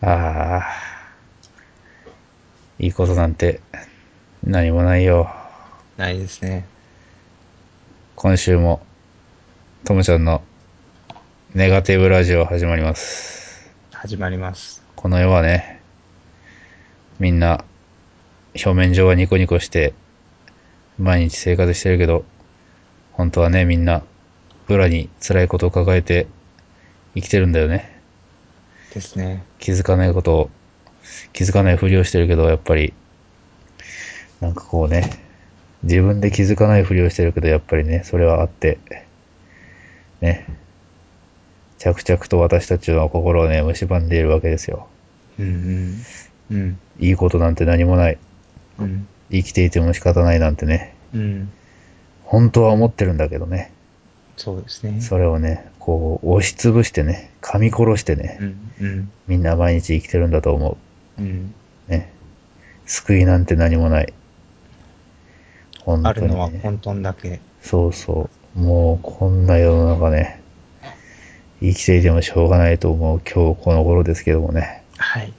ああ、いいことなんて何もないよ。ないですね。今週も、ともちゃんのネガティブラジオ始まります。始まります。この世はね、みんな、表面上はニコニコして、毎日生活してるけど、本当はね、みんな、裏に辛いことを抱えて生きてるんだよね。ですね。気づかないことを、気づかないふりをしてるけど、やっぱり、なんかこうね、自分で気づかないふりをしてるけど、やっぱりね、それはあって、ね、着々と私たちの心をね、蝕んでいるわけですよ。うんうん。うん。いいことなんて何もない。うん。生きていても仕方ないなんてね、うん。本当は思ってるんだけどね、そうですね。それをね、こう、押しつぶしてね、噛み殺してね、うんうん。みんな毎日生きてるんだと思う。うん。ね。救いなんて何もない。本あ当るのはに、ね。混沌だけ。そうそう。もうこんな世の中ね、生きていてもしょうがないと思う今日この頃ですけどもね。はい。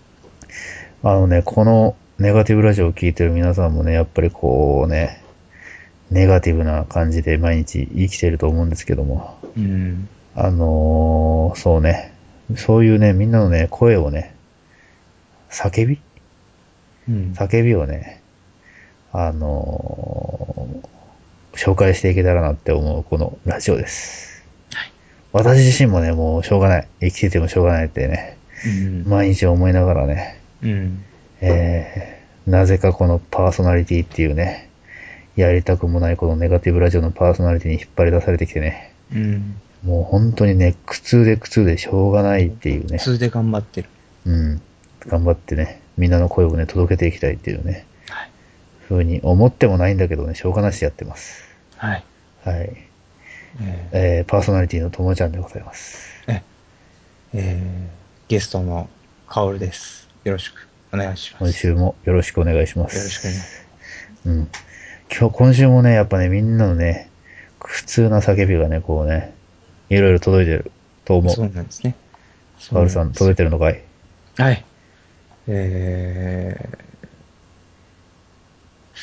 あのね、このネガティブラジオを聞いてる皆さんもね、やっぱりこうね、ネガティブな感じで毎日生きてると思うんですけども、うん。あのーそうね、そういうね、みんなのね、声をね、叫びうん。叫びをね、あのー紹介していけたらなって思うこのラジオです。私自身もね、もうしょうがない。生きててもしょうがないってね、うん。毎日思いながらね、うん。えー、なぜかこのパーソナリティっていうね、やりたくもないこのネガティブラジオのパーソナリティに引っ張り出されてきてね、うん。もう本当にね、苦痛で苦痛でしょうがないっていうね普、通で頑張ってる。うん、頑張ってね、みんなの声をね、届けていきたいっていうね、はい。ふうに思ってもないんだけどね、しょうがなしでやってます。はい。はい。えーえー、パーソナリティのともちゃんでございます。えーゲストのカオルです。よろしくお願いします。今週もよろしくお願いしまよろしくす。ね。うん。今日、今週もね、やっぱね、みんなのね、苦痛な叫びがね、こうね、いろいろ届いてると思そうう。なんですね。カールさん、届いてるのかいはい。えー、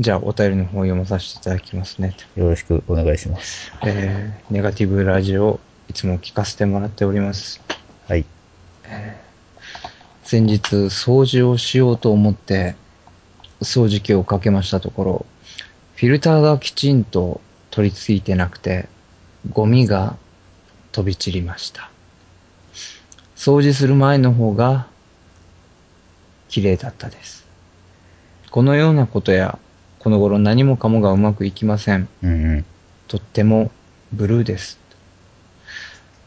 じゃあ、お便りの方を読まさせていただきますね。よろしくお願いします。えー、ネガティブラジオ、いつも聞かせてもらっております。はい。先日、掃除をしようと思って、掃除機をかけましたところ、フィルターがきちんと取り付いてなくて、ゴミが飛び散りました。掃除する前の方が綺麗だったです。このようなことや、この頃何もかもがうまくいきません。うんうん。とってもブルーです。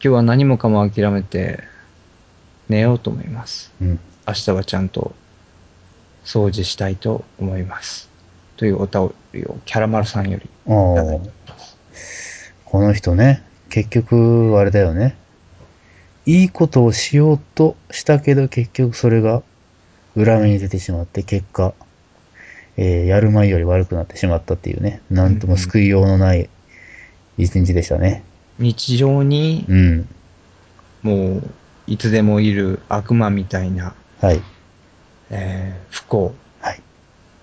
今日は何もかも諦めて寝ようと思います。うん。明日はちゃんと掃除したいと思います。というお便りをキャラマルさんよりいただおいーてこの人ね、結局、あれだよね。いいことをしようとしたけど、結局それが裏目に出てしまって、結果、えーやる前より悪くなってしまったっていうね、なんとも救いようのない一日でしたね。日常にうん。もういつでもいる悪魔みたいな、はい。えー不幸はい。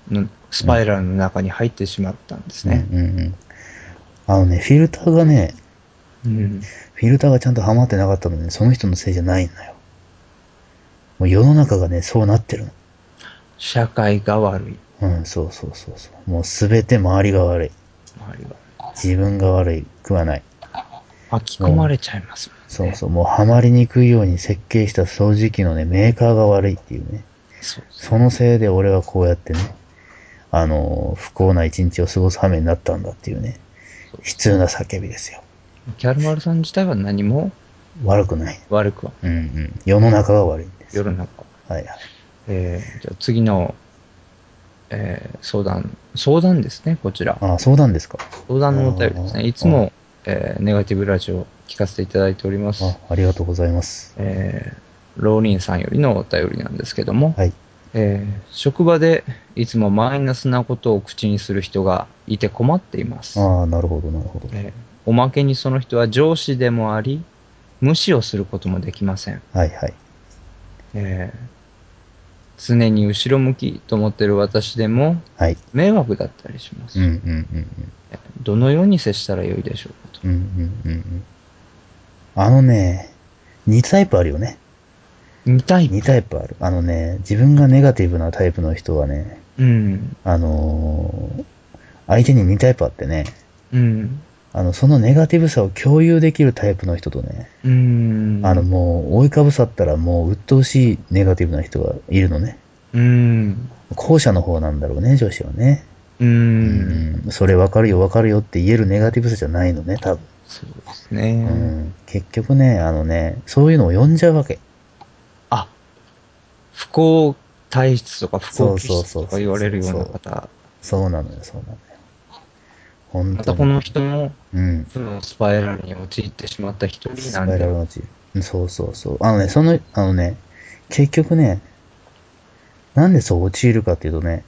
のスパイラルの中に入ってしまったんですね。うんうんうん。あのね、フィルターがね、うん。フィルターがちゃんとはまってなかったので、その人のせいじゃないんだよ。もう世の中がね、そうなってるの。社会が悪い。うん、そうそうそうそう。もうすべて周りが悪い。周りが自分が悪い、くはない。巻き込まれちゃいますもんね。そうそう。もうはまりにくいように設計した掃除機のね、メーカーが悪いっていうね。そうですそのせいで俺はこうやってね、あのー、不幸な一日を過ごす羽目になったんだっていうね、悲痛な叫びですよ。キャルマルさん自体は何も悪くない。悪くはうんうん。世の中が悪いんです。世の中は。はいはい。えー、じゃあ次の、えー相談、相談ですね、こちら。ああ、相談ですか。相談のお便りですあね。ーいつも、えーネガティブラジオを聞かせていただいております。あありがとうございます。えー、ローリンさんよりのお便りなんですけども、はい。えー職場でいつもマイナスなことを口にする人がいて困っています。ああ、なるほど、なるほど。えーおまけにその人は上司でもあり、無視をすることもできません。はいはい。えー常に後ろ向きと思ってる私でもはい。迷惑だったりします。うんうんうんどのように接したらよいでしょうかとうん。うんうんうんうん。あのね、2タイプあるよね。。二タイプ2タイプある。あのね、自分がネガティブなタイプの人はね、うん。あのー相手に2タイプあってね、うん。あの、そのネガティブさを共有できるタイプの人とね、うん。あの、もう、覆いかぶさったらもう、鬱陶しいネガティブな人がいるのね。うん。後者の方なんだろうね、女子はね。う。うんそれわかるよ、わかるよって言えるネガティブさじゃないのね、多分。そうですうね。ん。結局ね、あのね、そういうのを呼んじゃうわけ。あ、不幸体質とか不そ幸う気そう質そうとか言われるような方。そうなのよ、そうなのよ。本ま当たに。この人もうん。負のスパイラルに陥ってしまった一人スパなんイラでル。落ち。そうそうそう。あのね、その、あのね、結局ね、なんでそう陥るかっていうとね、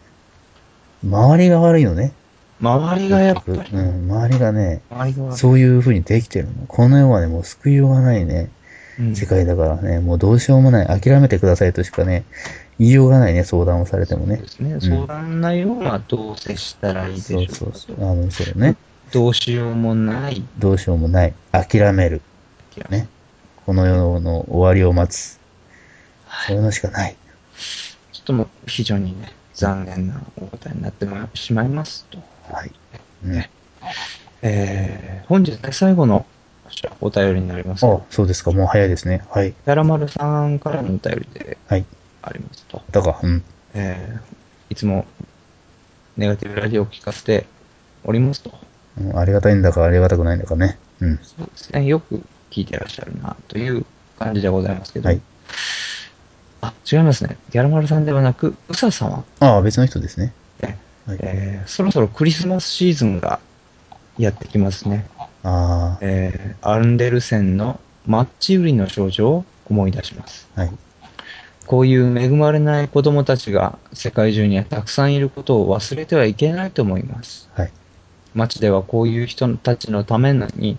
周りが悪いのね。周りがやっぱり、うん、周りがね、周りが悪いそういう風にできてるの。この世はね、もう救いようがないね、うん世界だからね、もうどうしようもない、諦めてくださいとしかね、言いようがないね、相談をされてもそうねで。すね。相談内容はどう接したらいいでしょそううかそとうそう。あの、そうね。どうしようもない。どうしようもない。諦める。ね。この世の終わりを待つ。そういうのしかない。ちょっともう非常にね、残念なお答えになってしまいますと。はい。うん。えー、本日ね、最後のお便りになります。あ、そうですか。もう早いですね。はい。キャラマルさんからのお便りではい。ありますと。だか、うん。えー、いつもネガティブラジオを聞かせておりますと。うんありがたいんだか、ありがたくないんだかね。うん。そうですね、よく聞いてらっしゃるなという感じでございますけど。はい。あ、違いますね。ギャラマルさんではなく、うさ様。ああ、別の人ですね。ねはい。えー、そろそろクリスマスシーズンがやってきますね。あえー、アンデルセンのマッチ売りの少女を思い出します。あ、はい。こういう恵まれない子供たちが世界中にはたくさんいることを忘れてはいけないと思います。はい。街ではこういう人たちのために、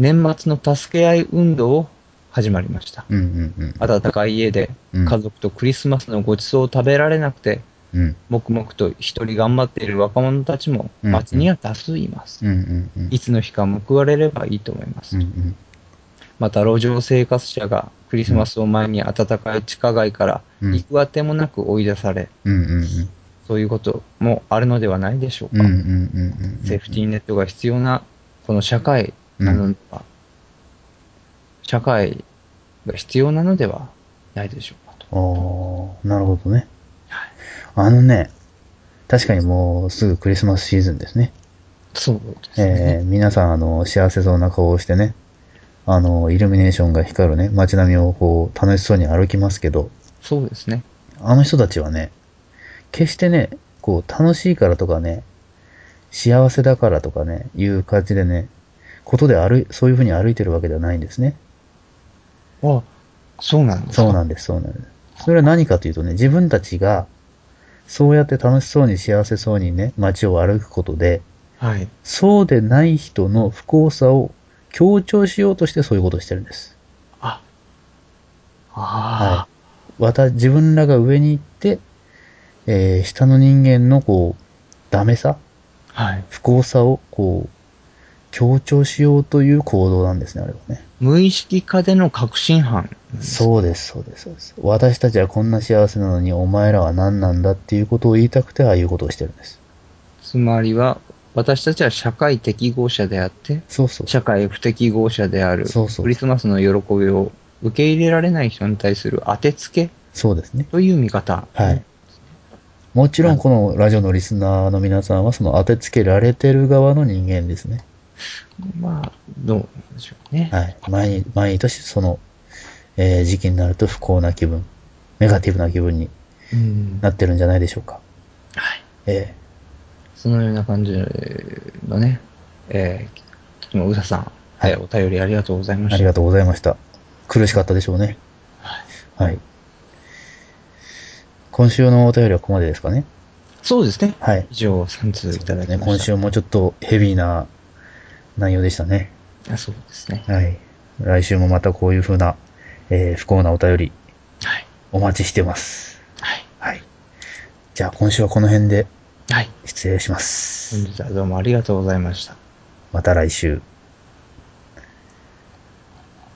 年末の助け合い運動を始まりました。うんうんうん。暖かい家でうん家族とクリスマスのごちそうを食べられなくて、うん。黙々と一人頑張っている若者たちも街には多数います。うんうんうん。いつの日か報われればいいと思いますうん。うん。また路上生活者がクリスマスを前に暖かい地下街からうん行くあてもなく追い出され、うんうんうん。そういうこともあるのではないでしょううんうか。んうんうん。セーフティーネットが必要なこの社会なのでは、社会が必要なのではないでしょうかと。ああ、なるほどね。あのね、確かにもうすぐクリスマスシーズンですね。そうですね。えー皆さん、あの、幸せそうな顔をしてね、あの、イルミネーションが光るね、街並みをこう、楽しそうに歩きますけど、そうですね。あの人たちはね、決してね、こう、楽しいからとかね、幸せだからとかね、いう感じでね、ことで歩い、そういうふうに歩いてるわけではないんですね。あ、そうなんですか。そうなんです、そうなんです。それは何かというとね、自分たちが、そうやって楽しそうに幸せそうにね、街を歩くことで、はい。そうでない人の不幸さを強調しようとしてそういうことをしてるんです。あ、ああ、わた、自分らが上に行って、えー下の人間のこう、ダメさ、はい。不幸さをこう、強調しようという行動なんですね、あれはね。無意識化での確信犯。そうです、そうです、そうです。私たちはこんな幸せなのに、お前らは何なんだっていうことを言いたくて、ああいうことをしてるんです。つまりは、私たちは社会適合者であって、そうそう。社会不適合者である、そうそうクリスマスの喜びを受け入れられない人に対する当てつけそうですね。という見方。はい。もちろん、このラジオのリスナーの皆さんは、その当てつけられてる側の人間ですね。まあ、どうなんでしょうね。はい。毎毎年その、えー時期になると不幸な気分、ネガティブな気分にうんなってるんじゃないでしょうか。はい。えそのような感じのね、えー、とてもうささん、はいえーお便りありがとうございまーした。ありがとうございました。苦しかったでしょうね。はい。今週のお便りはここまでですかね。そうですね。はい。以上、3通いただきねました。今週もちょっとヘビーな内容でしたね。あそうですね。はい。来週もまたこういう風な、えー不幸なお便りはい。お待ちしてます。はい。はい。じゃあ今週はこの辺ではい。失礼します。本日はどうもありがとうございました。また来週。